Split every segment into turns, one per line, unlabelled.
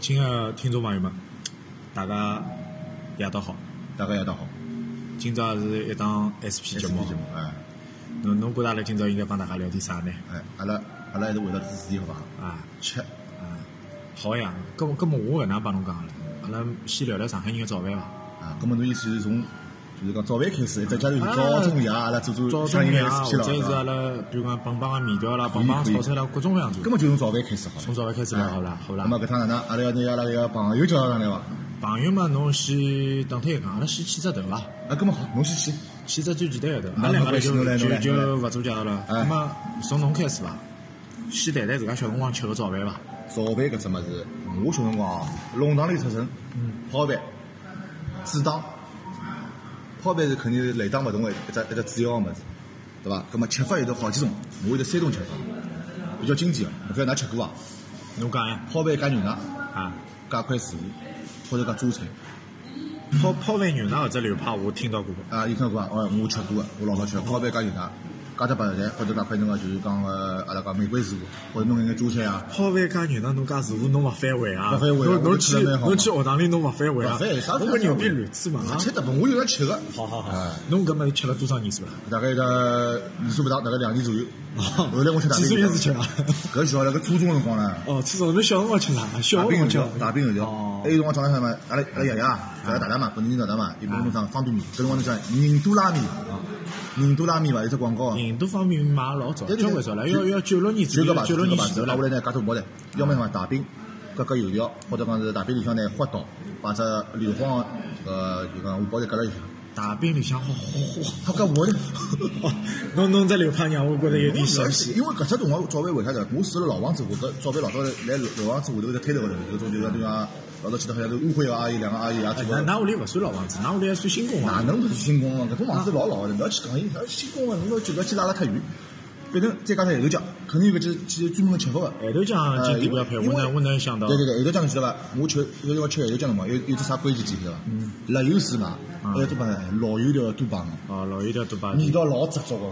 亲爱的听众朋友们，大家夜到好。
大家夜到好。
今朝是一档 SP 节目
SP，节目，哎
侬侬觉得阿拉今朝应该帮大家聊点啥呢？
哎，阿拉阿拉还是回到主题好伐？
啊
吃，
啊，好呀。搿么搿么，我搿能帮侬讲了，阿拉先聊聊上海人的早饭伐？
啊，葛末侬意思是从就是讲早饭开始，一直加入
啊
早中夜，阿拉做做
早中
相嗯应
夜
的
啊，
事
或
体了
者是阿
伐。
拉比如讲棒棒的面条啦、
可
棒
以
棒
可以哎
炒菜啦，各种各样做
葛。末就从早饭开始好了。
从早饭开始聊好啦，好啦
那。么搿趟哪能？阿拉要拿阿拉个朋友叫上来伐？
朋友嘛，侬先等他一讲，阿拉先起只头伐？
啊，葛末好，侬先去。
起只最简单的头，
啊
阿拉两个
没关系
就
侬来
就
侬来
就
侬
勿做介绍了。那
哎
么从侬开始伐？先谈谈自家小辰光吃个早饭伐？
早饭搿只物事，我小辰光啊，弄堂里出身，泡饭、煮汤，泡饭是肯定是类当勿同的一只一只主要个物事，对伐？葛末吃法有得好几种，我有得三种吃法，比较经济个，勿晓得㑚吃啊过伐？
侬讲呀？
泡饭加牛奶，
啊，
加块薯，或者加榨菜，
泡泡饭牛奶或者流派，我听到过。
啊，有看过伐？哦，我吃过个，我老早吃泡饭加牛奶，加只白菜，或者加块那个就是讲个阿拉讲玫瑰水果，或者弄一眼榨菜啊，
泡饭加牛奶，侬加自我侬勿反胃啊？
勿反胃
侬
啊
侬
我觉
去
得蛮好
侬去学堂里侬勿反胃啊？
勿反胃啥
我
反胃
搿牛逼乱吹嘛！啊
勿吃得本，我有得吃个。
好好好
哎，
侬搿么吃了多少年数了？
大概在年数不大，大概两年左右。 后来我吃 大
几
饼
岁
油
开始吃
条，
啊？
搿小辣搿初中的辰光呢，
哦，吃早侬小辰光吃啥？小辰
大
光
饼油
吃
条，大饼油条
哦，
还有辰光早浪向嘛，阿拉阿拉爷爷啊，阿拉大大嘛，搿年纪大大嘛，伊帮我们上方便面，搿辰光侬讲宁都拉面，宁都拉面伐？有只广告啊，
印度嗯方面买老早，
对对
交
对
关早了，要要九六年
就
左
搿
右
牌，
九
子，
六年前头了
就搿牌子，拿下。来呢加多毛蛋，要么什么大饼，搿搿油条，或者讲是大饼里向呢花刀，把只硫磺呃就讲汉堡再搿了一下，
大饼里向好
他搿我呢。
哇， 侬侬这流派让我觉得有点熟悉。
因为搿只辰光早饭为啥呢？我住辣老房子下头，搿早饭老早来老房子下头搿摊头高头，搿种就是讲对伐？老早记得好像是乌龟个阿姨，两个阿姨也做
哎那
过。
那屋里勿算老房子，那屋里还算新公
哪
房。
能勿是新工啊？搿种房子老老个了，勿要去讲伊啥新工啊，侬要去勿要去拉拉太远。反正再加上后头讲，肯定有搿只去专门个吃法个。
后头讲
呃
经典不要拍，
因
我
为
能我能想到
对。对对，后头讲你晓得伐？我吃有辰光吃后头讲辰光，有有只啥关键点晓得伐？辣油水嘛，还有多帮老油条多帮个。
哦，老有条多把。
味道老执着个，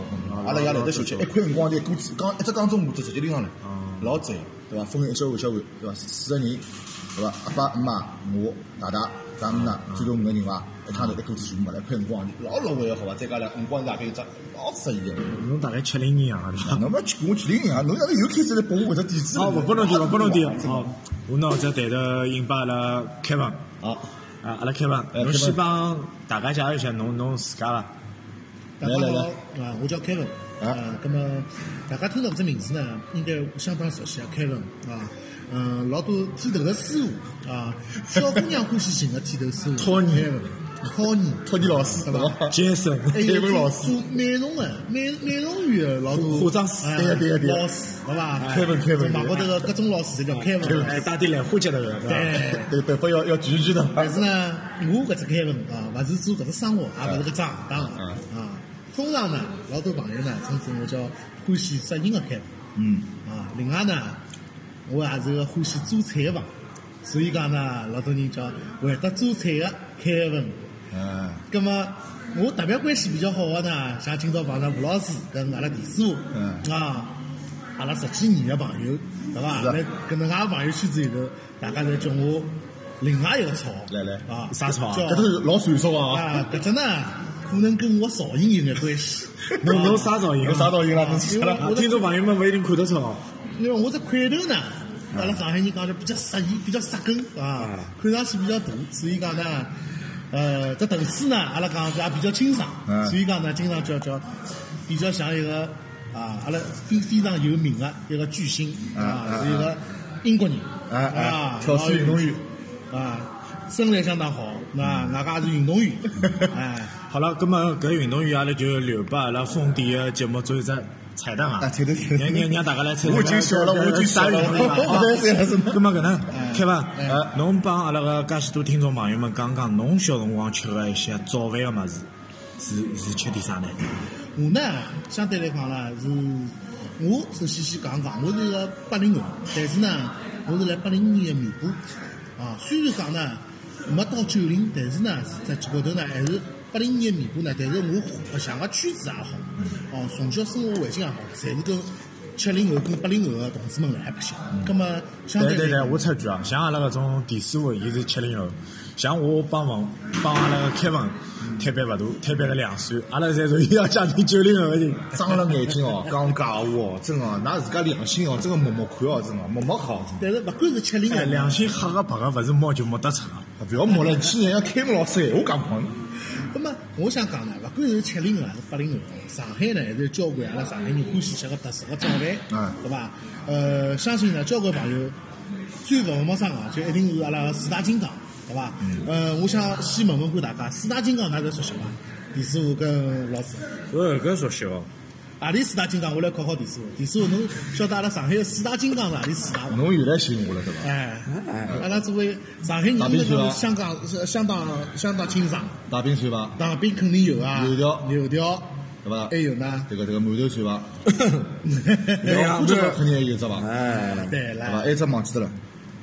阿拉爷来得小吃，一块五光钿一锅子，刚一只缸中午就直接拎上来
嗯，
老赞，对伐？分一小碗一小碗，对伐？四个人，对伐？阿爸、阿妈、我、大大、咱们呢，最多五个人伐？一趟头一锅子全部买了，一块五光钿，老老味个好伐？再加两五光钿大概一只，老适意个。
侬大概七零啊年样对伐？
侬勿要去跟我去领啊！侬哪能又开始来拨我搿只点子了
哦，
呢？
勿拨侬点，勿拨侬 点。
真的
哦，我拿只台头引把阿拉开房，
啊！
啊，阿拉开房，
哎
侬
开
先
房
帮大家介绍一下侬侬自家 伐？
大家
来来
好，啊，我叫 Kevin，
啊
啊，那么大家听到搿只名字呢，应该相当熟悉啊，Kevin 啊，嗯，老多剃头的师傅啊，小姑娘欢喜寻个剃头师傅
Tony
，Kevin，Tony，
托尼老师，对伐？
杰森，
还有
Kevin 老师
做美容的，美美容院的老多
化妆师
哎
对呀对呀对呀
老师，对伐
Kevin，Kevin，
网高头个各种老师侪叫 Kevin，
哎，带点兰花结头个，对伐？
对。
对，头发要要卷卷的。
但是呢，我搿只开门啊，勿是做搿只生活，也勿是搿只行当
嗯
啊。通常呢，老多朋友啊呢称之我叫欢喜杀人的开门
嗯，
啊。另外呢，我也是个欢喜做菜的朋友，所以讲呢，老多人叫会得做菜的开门。
哎，
葛么，我特别关系比较好的呢，像今朝碰上吴老师跟阿拉田师傅，
嗯
啊，阿拉十几年的朋友，对伐？
是啊
来搿能介朋友圈子里头，大家侪叫我另外一个草，
来来
啊，
啥草啊
叫
搿都是老传说啊！
啊，搿只呢，可能跟我造型有眼 关系。
侬侬
啊
啥造型
有
啊？
啥道理啦？侬去
因为
了。
啊
我的
听众朋友们勿一定看得出哦。
因为我这块头呢，阿拉上海人讲叫比较适宜，比较适根啊
嗯，
看上去比较大，所以讲呢，呃，这头饰呢，阿拉讲是也比较清爽，
嗯
所以讲呢，经常叫叫比较像一个啊，阿拉非非常有名的一个巨星
嗯
啊，
嗯
是一个英国人
嗯嗯
啊，
跳水运动员
啊，身材相当好，那外加是运动 员，哎。
好了，葛么搿运动员阿拉就留拨阿拉封底个节目做一只彩蛋啊！
啊彩蛋彩
让
蛋
让让大家来猜猜。
我已经笑了我已经
啥
笑了
运
嗯
动员啊
我不能这样子
葛么搿能，开吧呃
哎，
侬帮阿拉个介许多听众朋友们讲讲，侬小辰光吃个一些早饭个物事，是是吃点啥呢？
我呢，相对来讲啦，是我首先先讲讲，我是个八零后，但是呢，我是来八零年的弥补。啊，虽然讲呢没到九零，但是呢，实际高头呢哎还是八零年的啊弥补呢，但是我白相个圈子也好，哦、从小生活环境也好，侪是跟七零后跟八零后个同志们啊还不小，葛么相
对
对
对对，
来
我
嗯
插句啊，像阿拉搿种田师傅，伊是七零后，像我帮房帮阿拉开房，
嗯
推别勿大，推别了两岁，阿拉侪属于要家庭九零后的人。
长了眼睛哦，讲假话哦，真的哦，㑚自家良心哦，真的摸摸看哦，真的摸摸看哦，真的
但是勿管是七零啊
哎，
后，
良心黑个白个，勿是摸就摸得出啊。
不要摸了，去年要开门老师闲话讲光。
葛么啊我想讲呢，勿管是七零后还是八零后，上海呢还是交关阿拉上海人欢喜吃个特色个早饭
嗯，
对伐？呃，相信呢交关朋友最勿陌生啊，就一定是阿拉个四大金刚，对伐？呃，我想先问问看大家，四大金刚哪个熟悉伐？田师傅跟老师，
搿搿熟悉哦。
何里啊四大金刚？我来考考田师傅。田师傅，侬晓得阿拉上海个四大金刚是何里四大伐？
侬又来寻我了对伐？
哎，阿拉作为上海人，
大
应
冰
该
水
讲
啊
是相当是相当相当清爽。
大饼算伐？
糖饼肯定有啊，
油条
油条，
对伐
还？有 呢，
这个这个馒头算伐？
对
然
呀
后胡椒粉肯定还有只伐？
哎
对
对伐？
啦，
还有只忘记掉了。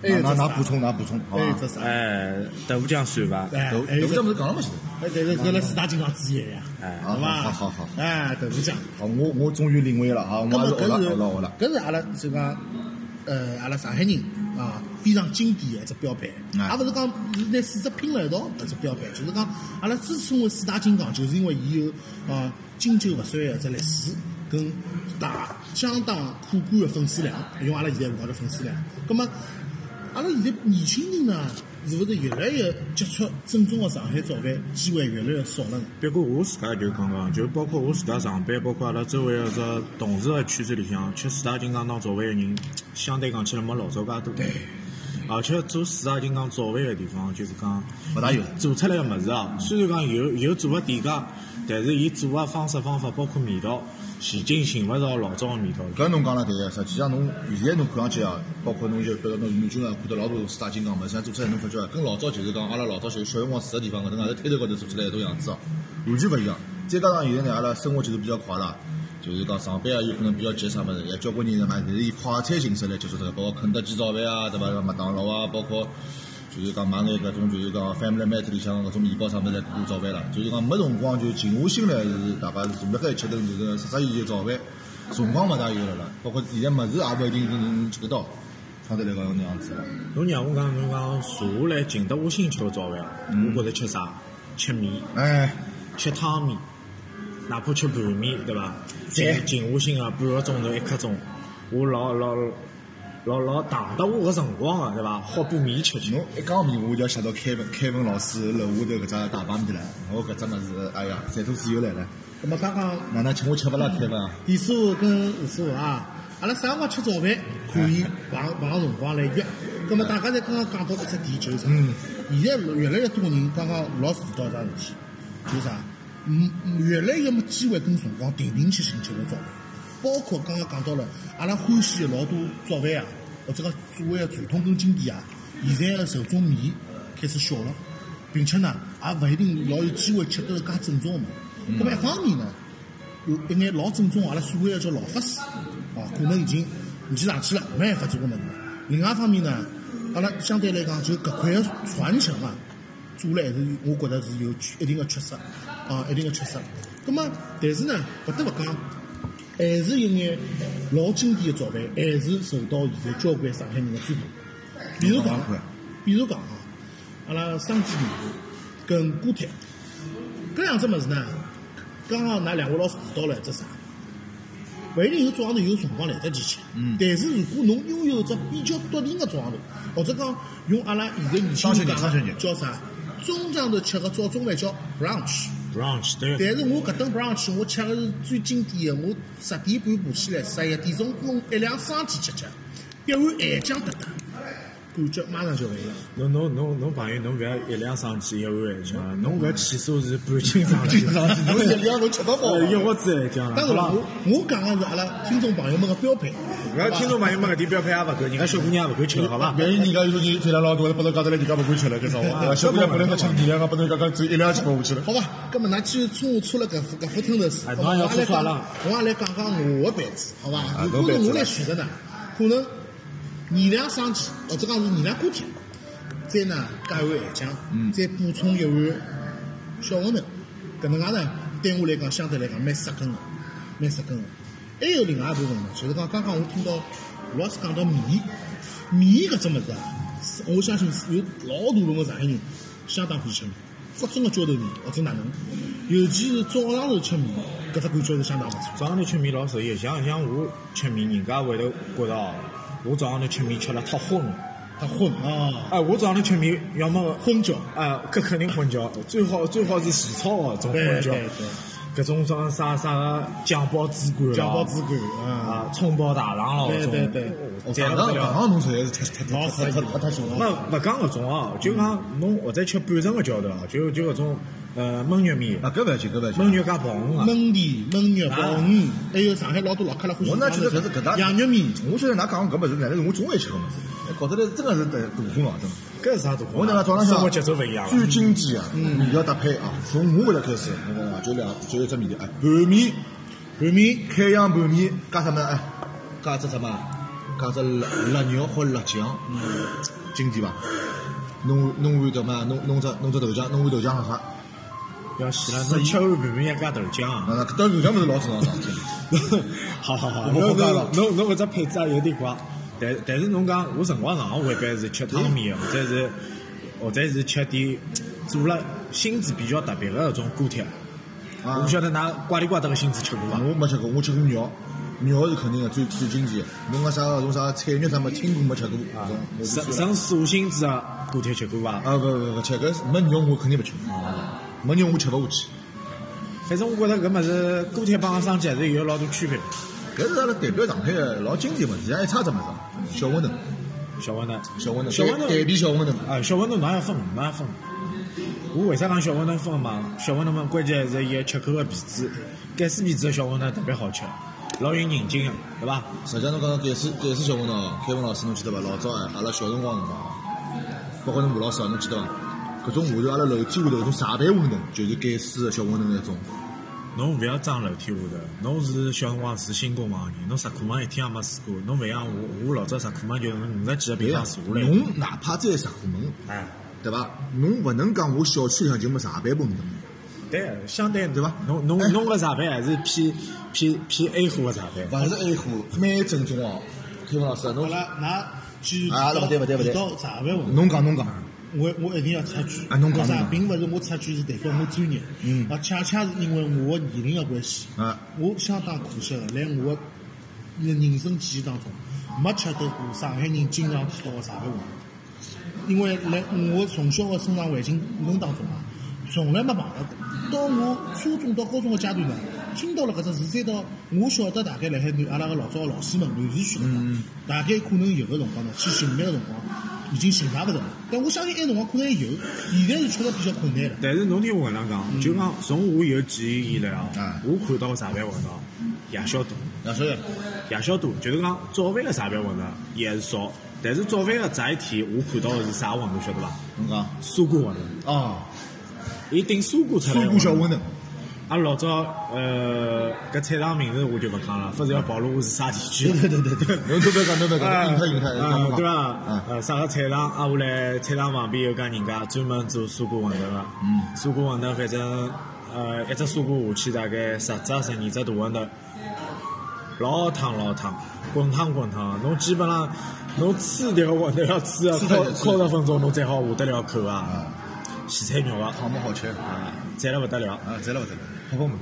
还有只
那
哎啥
那补充，那啊补充，好
还有
吧
这？啥？
哎，豆腐浆算伐？
哎，
豆
还有
豆腐浆，不
这
是讲了吗？现在
哎，但是搿辣四大金刚之一呀，
哎
好伐？
好好好好，
哎，豆腐浆，
好，我我终于领会了啊！我还
搿么
是学了，
搿
学
是
了，学了。
搿是阿拉就讲，呃，阿拉上海人啊非常经典的一只标配，
哎
也勿是讲拿四只拼了一道搿只标配，就是讲阿拉之所以为四大金刚，就是因为伊有啊经久勿衰的一只历史跟大相当可观的粉丝量，用阿拉现在话叫粉丝量，葛么。阿拉现在年轻人呢，是勿是越来越接触正宗的上海早饭机会越来越少了呢？
别过我自家就讲讲，就包括我自家上班，包括阿拉周围个只同事个圈子里向，吃四大金刚当早饭个人，相对讲起来没老早介多。而且做四大金刚早饭个地方，就是讲
勿大有
做出来个物事啊，虽然讲有有做个店家，但是伊做个方式方法，包括味道，前进寻勿着老早个味道了。
嗯搿侬讲了对个，实际上侬现在侬看上去啊，包括侬就比如侬南京啊，看到老多四大金刚嘛，实际上做出来侬发觉啊，跟老早就是讲阿拉老早小小辰光住个地方搿能介头摊头高头做出来一种样子哦，完全勿一样。再加上现在呢，阿拉生活节奏比较快啦，就是讲上班啊，有可能比较急啥物事，也交关人嘛，侪是以快餐形式来接触这个，包括肯德基早饭啊，对伐？麦当劳啊，包括。就是讲买眼搿种，就是讲 family mat 里向搿种面包啥物事来做早饭啦。就是讲没辰光就静下心来，是大家是辣盖吃顿就是啥啥有早饭，辰光勿大有了啦。包括现在物事也勿一定能吃得到，相对来讲那样子了。
侬让我讲，侬讲坐下来静得我心吃个早饭，我觉着吃啥？吃面。
哎，
吃汤面，哪怕吃拌面，对伐？
对
静静下心啊，半个钟头一刻钟，我老老老老打得我个辰光啊，对伐？好把面吃吃。
侬一讲面，我就要想到凯文凯文老师楼下头搿只大排面了。我搿只物事，哎呀，馋肚子又来了。
葛么刚刚
哪能请我吃勿啦，凯文啊？
李师傅跟吴师傅啊，阿拉啥辰光吃早饭可以碰碰辰光来约。葛么大家侪刚刚讲到一只点，就是啥？现在越来越多人刚刚老提到一桩事体，就是啥？嗯，越来越没机会跟辰光定定去寻求个早饭，包括刚刚讲到了阿拉欢喜的老多早饭啊，或者讲所谓的传统跟经典啊，现在的受众面开始小了。并且呢，也勿一定老有机会吃得介正宗的物事。那么一方面呢，有一眼老正宗的阿拉所谓的叫老法师，啊，可能已经年纪上去了，没办法做搿物事了。另外一方面呢，阿拉相对来讲，就搿块的传承啊，做了还是有我觉着是有一定的缺失，啊，一定的缺失。那么，但是呢，勿得勿讲，还是有眼老经典的招牌，还是受到现在交关上海人的追捧。比如讲，比如讲啊，阿拉双鸡面跟锅贴，搿两只物事呢，刚刚㑚两位老师提到了一只啥？勿一定有早浪头有辰光来得及去，
嗯
但是如果侬拥有一只比较独立的早浪头，或者讲用阿拉现在年轻
双休日
人
双休日
讲叫啥？中浪头吃个早中饭叫 brunch。
brunch
但
对，
是我搿顿 brunch 我吃的是最经典的，我十点半爬起来，十一点钟弄一两生煎吃吃，一碗咸酱搭搭，感觉马上就来 了。
侬侬侬侬朋友，侬勿要一两上去一碗还讲啊，侬搿起数是半斤上去，上 去，
侬一两侬吃勿饱
呃一窝子还讲啊。
当然了，
好
我
吧
我讲的是阿拉听众朋友们的标配，
搿听众朋友们搿点标配也勿够，人家哎小姑娘也勿够吃，好伐？
万一人家有种人饭量老大，拨侬讲得来，人家勿敢吃了，搿种话。小姑娘本来要吃米粮，拨侬讲讲只有一两吃勿下去了。
好吧？那么㑚既然冲我错了搿副搿副吞头水，
哎
好吧
侬也要
我
说
也来
说阿
讲
拉，
我也来讲讲我的牌子，好吧？
啊
如果
侬牌子
是我来
了
选择呢，可能二两生煎，或者讲是二两锅贴，再呢加一碗咸酱，再补充一碗小馄饨，搿能介呢，对我来讲相对来讲蛮适根的，蛮适根的。还有另外一部分呢，就是讲刚刚我听到吴老师讲到米，米搿只物事啊，是我相信是有老大部分上海人相当欢喜吃米，各种个浇头米或者哪能，尤其是早浪头吃米，搿只感觉是相当勿错。
早上头吃面老适宜，像像我吃面，人家会得觉着哦，我早上头吃面吃了太昏了。
它荤啊，
哎，我早上头吃面，要么
荤饺，
哎，搿肯定混淆，最好最好是现炒哦，种混
对
淆
对，
搿种啥啥啥个酱爆猪肝
酱爆猪
咯，
肝啊，
啊，葱爆大肠咯，
对
种
对对
哦
上
赞
趟
不
上
了。
趟侬实在是太太太
老适
太
宜
太太重了。
那勿讲搿种哦，就讲侬或者吃半成个浇头哦，就就搿种呃焖肉面，
啊，搿勿要紧，搿勿要
焖
紧。
肉加鲍鱼啊，
焖地、焖肉、鲍鱼，还有上海老多老客来欢喜
我呢觉得搿是搿搭
羊肉面，
我晓得㑚讲搿物事，哪能是我总爱吃搿物事？哎搞得来真个是大大功劳，真的。
搿是啥大
我
我
那个早浪向
生活节奏勿一样了
最。经济啊，嗯，要搭配啊，从我搿搭开始，我讲啊，就两就一只面条，哎，拌面，
拌面，
开阳拌面，加什么呢？哎，加只什么啊？加只辣辣肉或辣酱，嗯，经济伐？弄弄碗搿嘛，弄弄只弄只豆浆，弄碗豆浆喝喝。
不要死了，侬吃碗拌面加豆浆啊。
那那搿豆豆浆勿是老正常的事体。
好好好，
我
侬
不干了
侬侬侬搿只配置也有点怪，但但是侬讲我辰光长，啊我一般是吃汤面，啊或者是或者是吃点做了性质比较特别的搿种锅贴。
啊
我不晓得㑚瓜里瓜搭个性质吃过伐？
我没吃过，我吃过肉，肉是肯定的，最最经济的。侬讲啥搿种啥菜肉啥没听过没吃过？搿种嗯我就
神
算了
神四五星子的锅贴吃过伐？
啊，勿勿勿吃，搿是没肉我肯定勿吃，没肉我吃勿下去。
反正我觉着搿物事锅贴帮生煎还是有老大区别。
搿是阿拉代表上海个老经典物事，也一差只物事，小馄饨，
小馄饨，
小馄饨，
小馄
对对
饨
比小馄饨。
啊，小馄饨哪要分，哪要分。我为啥讲小馄饨分嘛？小馄饨嘛，关键是伊个吃口个皮子，盖水皮子个小馄饨特别好吃，老有韧劲个，对伐？
实际上侬讲搿是搿是小馄饨哦，凯文老师侬记得伐？老早哎，阿拉小辰光辰光哦，包括侬吴老师哦，侬记得伐？搿种下头阿拉楼梯下头搿种茶杯馄饨，就是盖世个小馄饨那种。
侬勿要装楼梯下头，侬是小辰光住新公房个人，侬石库门一天也没住过，侬勿像我，我老早石库门就是五十几个
对
平
哎呀
方坐，下来，
侬哪怕再石虎门，
哎，
对伐？侬勿能讲我小区里向就没茶杯馄饨。
对，相对
对伐
侬侬
哎
侬个茶杯还是偏偏偏 A 货个茶杯，
勿是爱好，蛮正宗哦。凯文老师，
好
侬
了，㑚继续
啊阿拉勿对勿对勿对
提到茶饭问题。
侬讲侬讲，
我我一定要插句，
啊侬讲
搿啥
侬讲
并勿是我插句是代表我专业，啊，恰恰是因为我个年龄个关系，
嗯啊
我相当可惜个，来我个人生记忆当中，没吃到过上海人经常提到个上海话，因为来我从小个生长环境过程当中啊，从来没碰到过。到我初中到高中个阶段呢，听到了搿只字，再到我晓得大概辣海南阿拉个老早个老师们南市区搿搭，啊大概可能有个辰光呢，去寻觅个辰光已经寻勿着了。但我相信埃辰光可能还有，现在是确实比较困难了。
但是侬听我搿能讲，就讲从我有记忆以来哦
啊，
我看到个茶杯馄饨夜宵多。
杨小姐，
夜宵多，就是讲早饭个茶饭馄饨也是少，但是早饭个这一天我看到的是啥馄饨晓得伐？
侬讲
砂锅馄饨，
啊，
伊顶砂锅出来
砂
的
锅小
饨。
馄饨，
阿拉老早呃，搿菜场名字我就勿讲了，否则要暴露我是啥地区。对对对对。
侬都不要讲，侬不要
啊
讲，引他引他，
啊
侬
对
讲
伐？
哎啊，
呃，啥个菜场啊？我来菜场旁边有家人家专门做砂锅馄饨个。
嗯
砂锅馄饨反正呃，一只砂锅下去大概十只十二只大馄饨，老烫老烫，滚烫滚烫。侬基本上侬吃迭个馄饨要吃个
吃
靠
得了吃得
靠
了
十分钟，侬才好下得了口啊。洗菜肉啊，
汤么好吃啊，
啊，赞了勿得了。
赞了勿得了，泡泡面，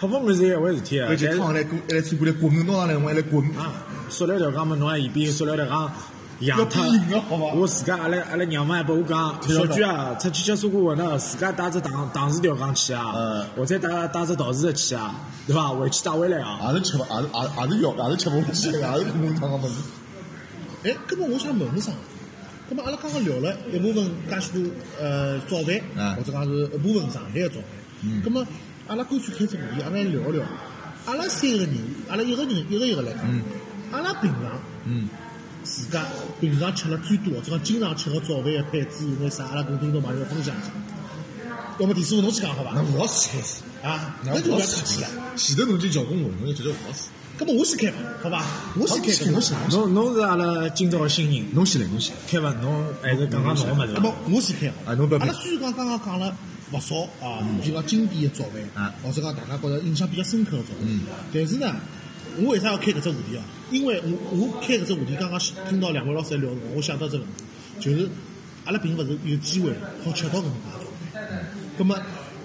泡泡面是一回事体啊，
而
但
且
是
汤还来滚，还来水过来滚，弄上来我还来滚，
啊，塑料条讲嘛，侬还一边塑料条讲
要
养脱
逼人的好伐。
我自家阿拉阿拉娘妈还拨我讲，
晓
小
得
娟啊，出去吃砂锅馄饨，自家带只糖糖薯条讲去
嗯
啊，或者带带只桃子的去啊，对伐？回去带回来啊。
也是吃勿，也是也也是要，也是吃勿下去， 也是滚汤个啊物事。
哎，搿么我想问问啥？搿么阿拉刚刚聊了一部分介许多呃早
啊嗯
饭，或者讲是一部分上海个早饭。搿么阿拉干脆开只会议，阿拉来聊聊。阿拉三个人，阿拉一个人一个一个来讲。阿拉平常，
嗯，
自家平常吃了最多，或者讲经常吃个早饭个配置有眼啥？阿拉跟听众朋友分享一下。要么第四个侬去讲好伐
那？我是开始，
啊，
那
那就
我
勿要
是
客
开
气了。
始，前头侬就叫过我，侬就觉得我是。
搿么我先开伐，好伐？我先开
好
搿个，
侬先侬先
侬侬是阿拉今朝个新人，
侬先来，侬先来。
开文侬还是讲讲侬个物事
那
伐
么？我先开
啊侬不要
阿
紧
拉虽然讲刚刚讲了勿少啊，就讲经典的早饭
啊，
或者讲大家觉着印象比较深刻的早饭
嗯，
但是呢，我为啥要开搿只话题啊？因为我我开搿只话题，刚刚是听到两位老师在聊辰光，我想到这个问题，就是阿拉并勿是有机会好吃到搿能介，
嗯
葛末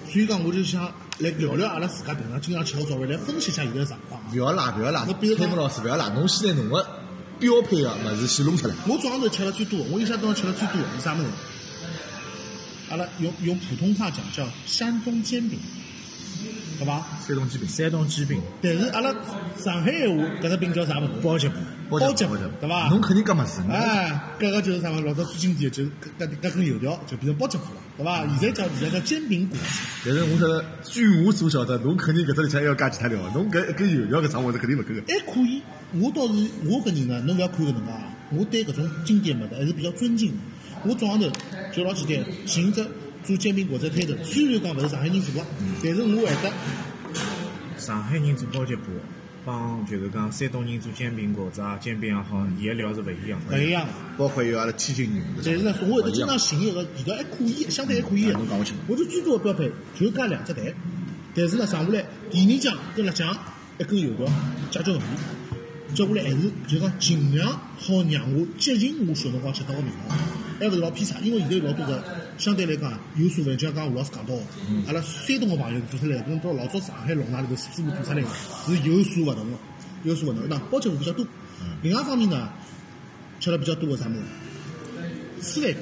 所以讲我就想来聊聊阿拉自家平常经常吃个早饭，来分析一下现在的状况啊
勿。要赖，勿要赖，
那比如讲
天目老师勿要赖，侬先拿侬个标配啊个物事先弄出来。
我早上头吃了最多的，我印象当中吃了最多的是啥物事？阿拉用用普通话讲叫山东煎饼，对伐？
山东煎饼，
山东煎饼、
但是阿拉上海闲话，搿只饼叫啥物事？
包鸡饼，
包
包
饺
饺
包
子
饺，
对伐
侬肯定搿物事，
哎，搿个就是啥嘛，老早最经典的就是搿搿搿根油条就变成包饺子了，对伐？现在叫现在叫煎饼果子，
但是我晓得，据我所晓得，侬肯定搿只里向还要加其他料，侬搿搿油条搿啥物事肯定勿够个。
还哎可以。我倒是我搿人呢，侬勿要看搿能介啊，我对搿种经典物事啊还是比较尊敬的。我早上头就老简单，寻只做煎饼果子开头，虽然讲勿是上海人做个，啊但是我会得
上海人做包鸡饼，帮就是讲山东人做煎饼果子啊、煎饼也好，伊个料是勿一样
勿
的。
一样的。
包括有阿拉天津人，
但是呢，我会得经
勿一
常
样
寻一个味道还可以，相对还可以
嗯
的
侬讲我清楚。
我就最多的标配就加两只蛋，但是呢，上下来甜面酱跟辣酱一根油条，解决问题。接下来还是就讲尽量好让我接近我小辰光吃到个味道，还勿是老偏差，因为现在有老多个相对来讲有所谓，就像刚刚吴老师讲到的，
嗯
阿拉山东个朋友做出来的跟到老早上海弄堂里头师傅做出来的是有所勿同个，有所勿同。那包饺子比较多，
嗯
另外一方面呢，吃了比较多个啥物事？刺猬糕，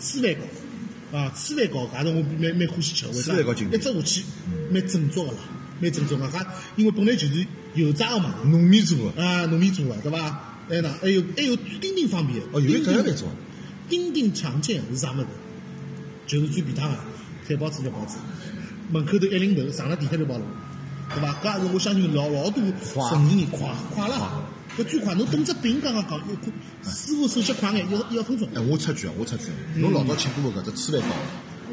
刺猬糕，啊，刺猬糕，搿是我蛮蛮欢喜吃的，为啥？
刺猬糕经典
一只下去蛮正宗个啦，蛮正宗个，搿因为本来就是油炸个嘛，
糯米做个，
啊，糯米做个对伐？哎呐，还有还有丁丁方面，
哦，有一
丁
个
丁
搿做，
丁丁强健是啥物事？就是最便当个，三包子六包子，门口头一领头，上了地铁就跑路，对伐？搿也是我相信老老多
快
城市人快快啦，搿最快，侬等只饼刚刚讲，一看
哎
师傅手脚快眼，一一分钟。
哎，我插句啊，我插句啊，
嗯
侬老早吃过个搿只刺猬糕，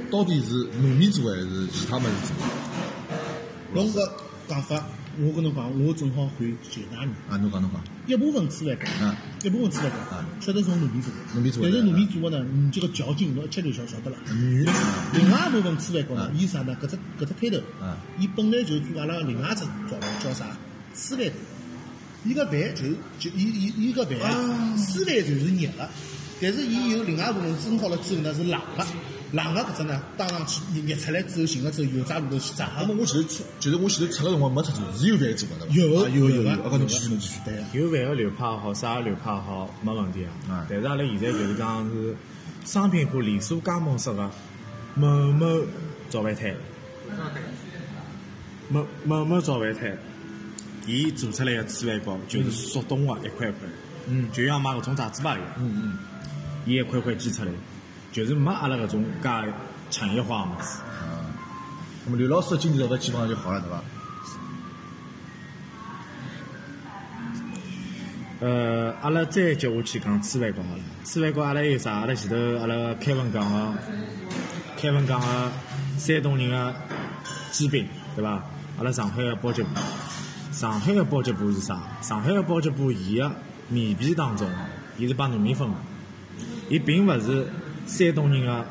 到底是糯米做还是其他物事做的？
侬搿讲法，我跟侬讲，我正好回济南人，
啊，侬讲侬讲，
一部分吃来个
嗯，
一部分吃来个
嗯，
晓得是用糯米做的，
糯米做的嗯
但是糯米做的呢，你这个嚼劲，侬一吃就晓晓得了。
软啊
另外一部分吃来个呢，伊啥呢？搿只搿只开头
嗯，
伊本来就做阿拉另外一只啊早饭叫啥？吃来个，伊个饭就就伊伊伊个饭，吃来就是热的，但是伊有另外一部分蒸好了之后呢是冷的，冷的搿只呢当上去热出来之后，寻个之后油炸炉头去炸。
那么我前头吃，其实我前头吃个辰光没吃做，是有饭做个对伐？
有
啊有
有
有，
啊
啊，搿侬继续侬继续。
对呀。
有饭个流派也好，啥个流派也好，没问题
嗯
啊。但是阿拉现在就是讲是商品化、连锁加盟式啊个某某早饭摊，某某某早饭摊，伊做出来个糍饭糕就是速冻个一块一块，嗯，就像买搿种炸糍粑一样，嗯嗯，伊一块块煎出来，就是没阿拉搿种介产业化个物事。
那么刘老师的经济条件基本上就好了对伐？
呃，阿拉再接下去讲糍粑糕好了。糍粑糕阿拉有啥？阿拉前头阿拉凯文讲个，凯文讲个山东人个煎饼，对伐？阿拉上海个包鸡婆，上海个包鸡婆是啥？上海个包鸡婆，伊个面皮当中，伊是帮糯米粉个，伊并勿是山东人个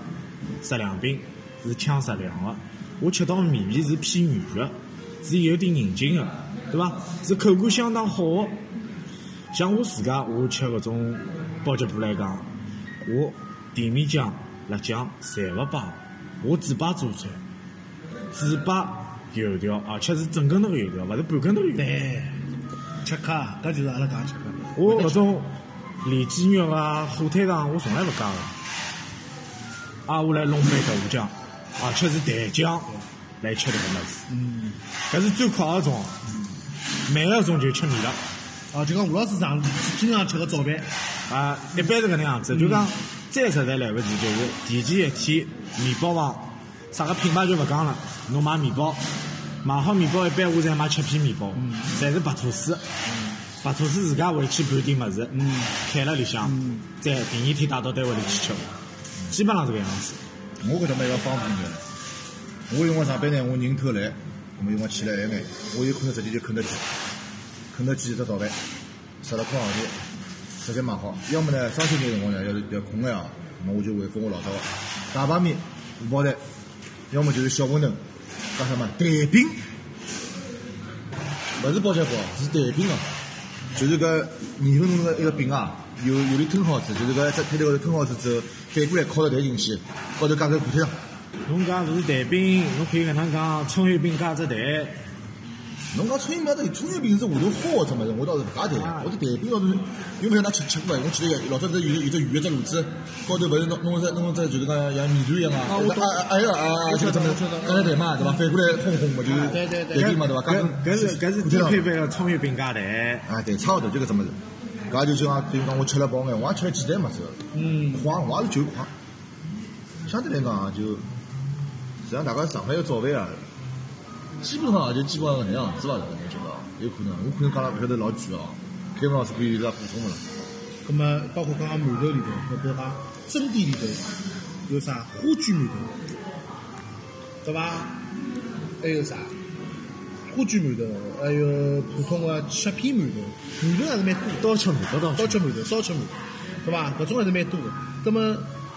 食凉饼，是呛食凉个。我吃到个面皮是偏软个，是有点韧劲个，对伐？是口感相当好个。像我自家，我吃搿种包鸡婆来讲，我甜面酱、辣酱侪勿摆，我只摆主菜，只摆油条，而且是整根头个油条，勿是半根头个油条。
对，吃卡，搿就是阿拉讲吃卡。
我搿种里脊肉啊、火腿肠，我从来勿加个。啊，我来弄杯豆腐酱，而且啊是蛋酱来吃迭个物事。嗯，搿是最快个种，慢个种就吃面了。
啊，就讲吴老师上经常吃个早饭，
啊，一般是搿能样子，就讲再实在来勿及，就是提前一天，面包房啥个品牌就勿讲了，侬买面包，买好面包一般我侪买切片面包，侪是白吐司，白吐司自家回去盘点物事，开了里向，再第二天带到单位里去吃，基本上是搿样子。
我搿搭么要方便点。我有辰光上班呢，我人偷懒，那么有辰光起来晚眼，我有可能直接就肯德基，肯德基一只早饭，十来块行钿，直接买好。要么呢，双休日辰光呢，要是要空眼啊，那么我就回复我老早个大排面、五宝蛋，要么就是小馄饨，加什么蛋饼。勿是包饺包，是蛋饼啊，就是搿二分钟的一个饼啊，有有里吞好子，就是搿只摊头高头吞好子之后，反过来敲到蛋进去，高头加个固体上，
侬讲是蛋饼，侬可以搿能讲，葱油饼加只蛋，
侬讲葱油饼，葱油饼是下头好只物事，我倒是勿介谈。我这蛋饼倒是，因为勿想㑚吃吃过，我记得老早子有有只鱼一只卤子，高头勿是弄弄只弄只就是讲像米团一样啊，就是啊哎呀啊，这个怎么加点蛋嘛，对伐？反过来烘烘嘛，就是
对对对
蛋饼嘛，对伐？
搿搿是搿是
固
低
体上
配版的葱油饼加蛋。
啊，对，差勿多就搿只物事。搿就是讲，等于讲我吃了饱眼，我也吃了几袋物事，嗯，快，我也是求快。相对来讲啊，就实际上大家上海个早饭啊，基本上也就基本上搿能样子伐？我觉得啊有可能，我可能讲了勿晓得老句哦，开文老师可以伊拉补充勿啦？
葛么包括刚刚馒头里头，或者讲蒸呃点里头有啥花卷馒头，对伐？还有啥花卷馒头，还有普通的切片馒头，馒头还是蛮多的。
刀切馒头刀切
刀切馒头、烧切馒头，对伐？搿种还是蛮多的。那么，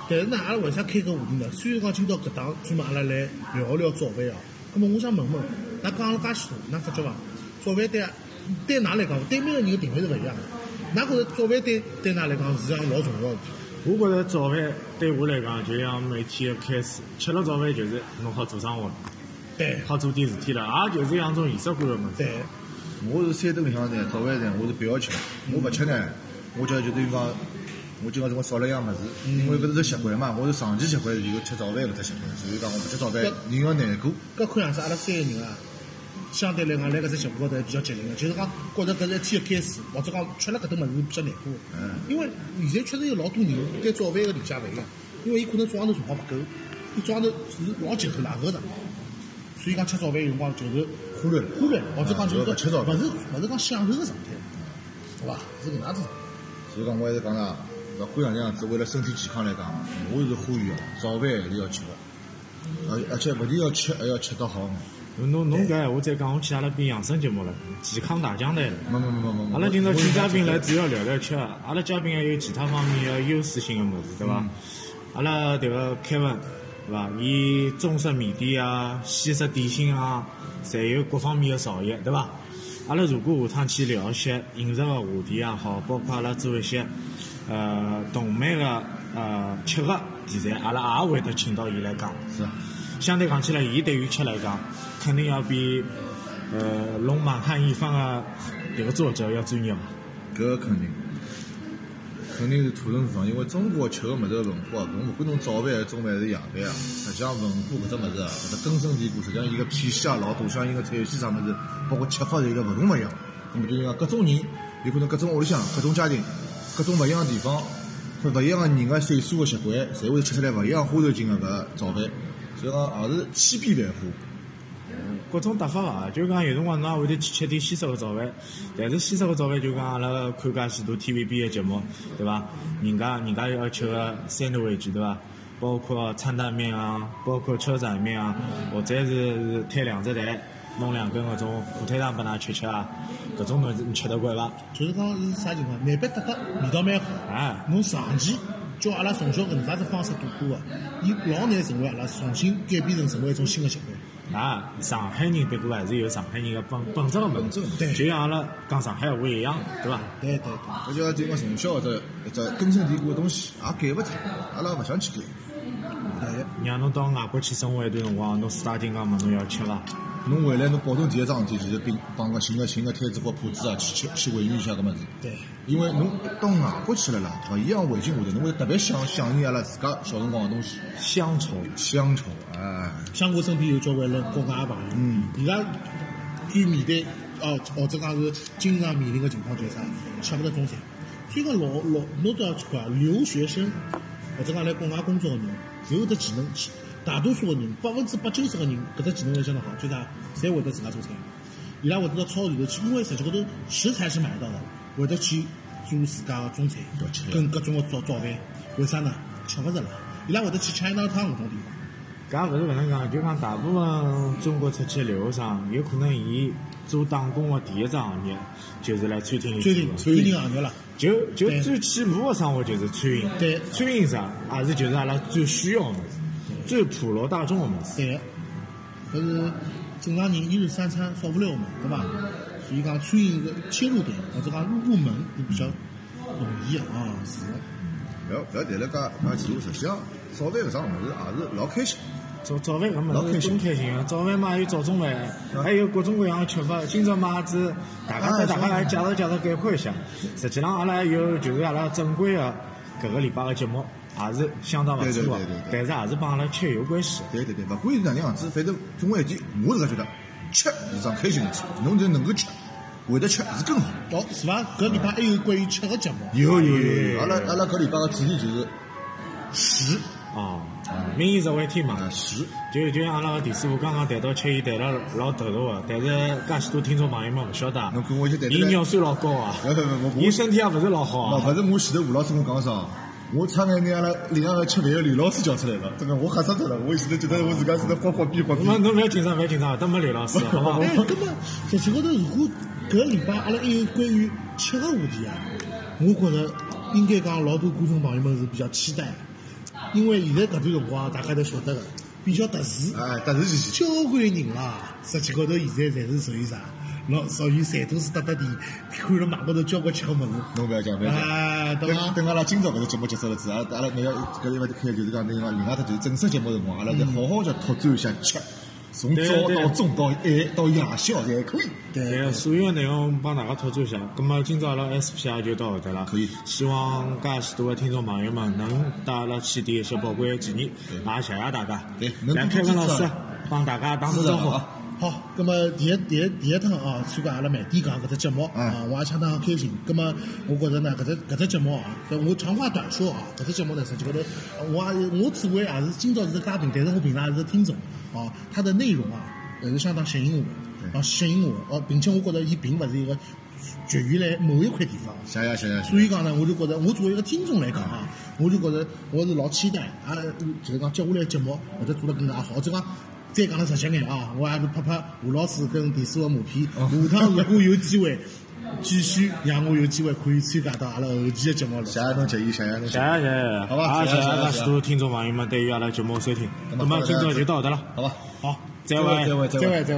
但是呢，阿拉为啥开搿话题呢？虽然讲今朝搿档专门阿拉来聊聊早饭哦，那么我想问问，啊㑚讲了介许多，㑚发觉伐？早饭对对㑚来讲，对每个人的定位是勿一样的。㑚觉着早饭对对㑚来讲是啊桩老重要的事体。
我觉着早饭对我来讲，就像每天的开始，吃了早饭就是侬好做生活了，
对
好做点事体了，也就是一样种仪式感的物事。
对，
我是三顿里向呢，早饭呢，我是不要吃，我勿吃呢，我觉得就等于讲，我就讲是我少了一样物事，因为搿是个习惯嘛，我是长期习惯就吃早饭搿只习惯，所以讲我勿吃早饭，人要难过。
搿看样子阿拉三个人啊，相对来讲，辣搿只节目高头还比较激烈的，就是讲觉着搿是一天的开始，或者讲吃了搿顿物事比较难过。
嗯
因为现在确实有老多人对早饭个理解勿一样，因为伊可能早浪头辰光勿够，伊早浪头是老节后啦后场，所以讲吃早饭有辰光就是
忽略了
忽略了，或者讲就是
啊
说
吃早饭
勿是勿是讲享受个状态，对伐？是搿能介子。
所以讲，我还是讲啊啦，勿管哪样子，为了身体健康来讲，我是呼吁啊，早饭还是要吃的，而而且勿但要吃，还要吃得好眼。
侬侬侬搿闲话再讲，我去阿拉变养生节目了，健康大讲台了。
没没没没没，
阿拉今朝
我
请嘉宾来，主要聊聊吃，阿拉嘉宾还有其他方面的优势性的物事，对伐？阿拉迭个 Kevin，对伐？伊中式面点啊、西式点心啊，侪有各方面的造诣，对伐？阿拉如果下趟去聊一些饮食的话题也好，包括阿拉做一些呃动漫的呃吃的题材，阿拉也会得请到伊来讲。
是啊
相对讲起来，伊对于吃来讲，肯定要比呃《龙满汉一方》啊迭个作者要专业嘛。
搿肯定，肯定是土生土长，因为中国吃个物事个文化，侬勿管侬早饭、还是中饭还是夜饭啊，实际上文化搿只物事啊，搿只根深蒂固，实际上伊个体系啊老大，像伊个产线啥物事，包括吃法侪有个勿同勿一样。那么就是讲，各种人有可能各种屋里向、各种家庭、各种勿一样个地方，和勿一样个人个岁数个习惯，侪会吃出来勿一样花头精个搿早饭。所以讲，也是千变万化。
各种搭法啊，就讲有辰光侬也会得去吃点西式个早饭，但是西式个早饭就讲阿拉看介许多 TVB 个节目，对伐？人家人家要吃个三大味句，对伐？包括餐蛋面啊，包括车仔面啊，或者是是摊两只蛋，弄两根搿种火腿肠拨㑚吃吃啊，搿种物事你吃得惯伐？
就是讲是啥情况？难板搭搭味道蛮好，
哎
啊侬长期叫阿拉从小搿能介只方式度过个，伊老难成为阿拉重新改变成成为一种新的习惯。
啊，上海人别过还是有上海人的本本质的物事，
对
就像阿拉讲上海话一样，对伐？
对对对。
我就要就讲从小只一只根深蒂固个东西，也改勿脱，阿拉也勿想去改。
让侬到外国去生活一段辰光，侬四大金刚嘛，侬要吃伐？
侬回来侬保证第一桩事体就是并帮个寻个寻个摊子或铺子啊，去去去回忆一下搿物事。
对，
因为侬到外国去了啦，勿一样环境下头，侬会特别想想念阿拉自家小辰光个东西，
乡愁，
乡愁哎，
像我身边有交关人国外的朋友，
嗯，
伊拉最面对哦，或者讲是啊经常面临个情况就是啥，吃勿着中餐。所以讲老老侬都要去看啊，留学生或者讲来国外工作个人，有搿只技能，大多数个人百分之八九十个人搿只技能会相当好，就是啥，侪会得自家做菜。伊拉会得到超市里头去，因为实际高头食材是买得到的，会得去做自家个中餐
要吃，
跟各种个早早饭。为啥呢？吃勿着了，伊拉会得去 China Town 搿种地方。
搿也勿是搿能讲，就讲大部分中国出去留学生，有可能伊做打工的第一桩行业就是来餐厅里
最
做
近
的
最近行业了，
就就
对
最起码的生活就是餐饮，
对
餐饮啥也是就是阿拉最需要的物事，最普罗大众的物事。
对个，搿是正常人一日三餐少不了嘛，对伐？所以讲餐饮的切入点或者讲入入门都比较容易啊，是的。
不要不要谈了介介前路，实际上早饭搿桩物事也是啊老开心。
早早饭搿么
老开
是真
心
开心个，早饭嘛还有早中饭，还有各种各样的吃法。今朝嘛子大家
啊
跟大家
是
来
的
介绍介绍概括一下。实际上阿拉有就是阿拉正规个搿个礼拜个节目也是相当勿
对对
错个
对对，
但是也是帮阿拉吃有关系。
对对对，勿管是哪能样子，反正总归一句，我自家觉得吃是桩开心的事，侬就能够吃，会得吃是更好。
哦，是伐？搿礼拜还有关于吃个节目，啊
有有
有
有，阿拉阿拉搿礼拜个主题就是食
哦，民以食为天嘛
啊，食，
就就像阿拉个第四部刚刚谈到吃，伊谈了老投入个，但是介许多听众朋友们勿晓得
侬跟我一起谈，
伊
谈
尿酸老高啊
勿勿勿，我
伊身体也勿是老好
嘛
啊。
勿是哦我前头吴老师跟我讲啥，我差眼拿阿拉另外个吃饭个刘老师叫出来了，真个我吓死脱了，我现在觉得我自家是在发发逼发
那
逼。
么侬勿要紧张，勿要紧张，得没刘 老师，好不好？
哎，搿么实际高头，如果搿礼拜阿拉还有关于吃个话题啊，我觉着应该讲老多观众朋友们是比较期待的，因为现在搿段辰光大家都晓得个，比较特殊，
哎，但是就是
交关人啦，实际高头现在侪是属于啥？老属于馋肚子得得地，看了网高头交关吃个物事，
侬勿要讲，勿要讲。
啊，对伐
等？等阿拉今朝搿只节目结束了之后，阿拉阿拉那个搿礼拜就开就是讲那个另外只就是正式节目辰光，阿拉再好好叫拓展一下吃，从
对
早
对
到中到夜到夜宵侪可以。
对个，所有的内容帮大家拓展一下。咁么，今朝阿拉 S P 就到搿搭了。
可以
希望介许多的听众朋友们能带阿拉去点一些宝贵的建议，也谢啊谢大家。
对能
杨
多多
开文老
支持
师
啊
帮大家打
是
声
的
招呼。
啊，
好，葛么第一第一第一趟啊，参加阿拉麦迪讲搿只节目
嗯
啊，我也相当开心。葛么我觉着呢，搿只搿只节目啊，搿我长话短说啊，搿只节目呢实际高头，我也我自为也啊是今朝是个嘉宾，但是我平常也是听众啊，它的内容啊还是相当吸引我的，啊吸引我哦、并且我觉着伊并勿是一个局限于某一块地方。
谢谢谢谢谢谢。
所以讲呢，我就觉着，我作为一个听众来讲啊，我就觉着我是老期待啊，就是讲接下来节目或者做得更加好，就讲。再讲了直接眼啊，我也是拍拍吴老师跟第四个马屁。下趟如果有机会，继续让我有机会可以参加到阿拉后期的节目了
谢。谢侬建议，谢谢侬
谢
建
谢谢
议，
谢，
好吧
也
谢
谢
谢
谢介
谢谢
许多听众朋友们对于阿拉节目的收听。
那么
咁么，今朝
大家
就到搿搭了。
好吧，
好，再
再
会
会，再会，再
再
会
会。再会。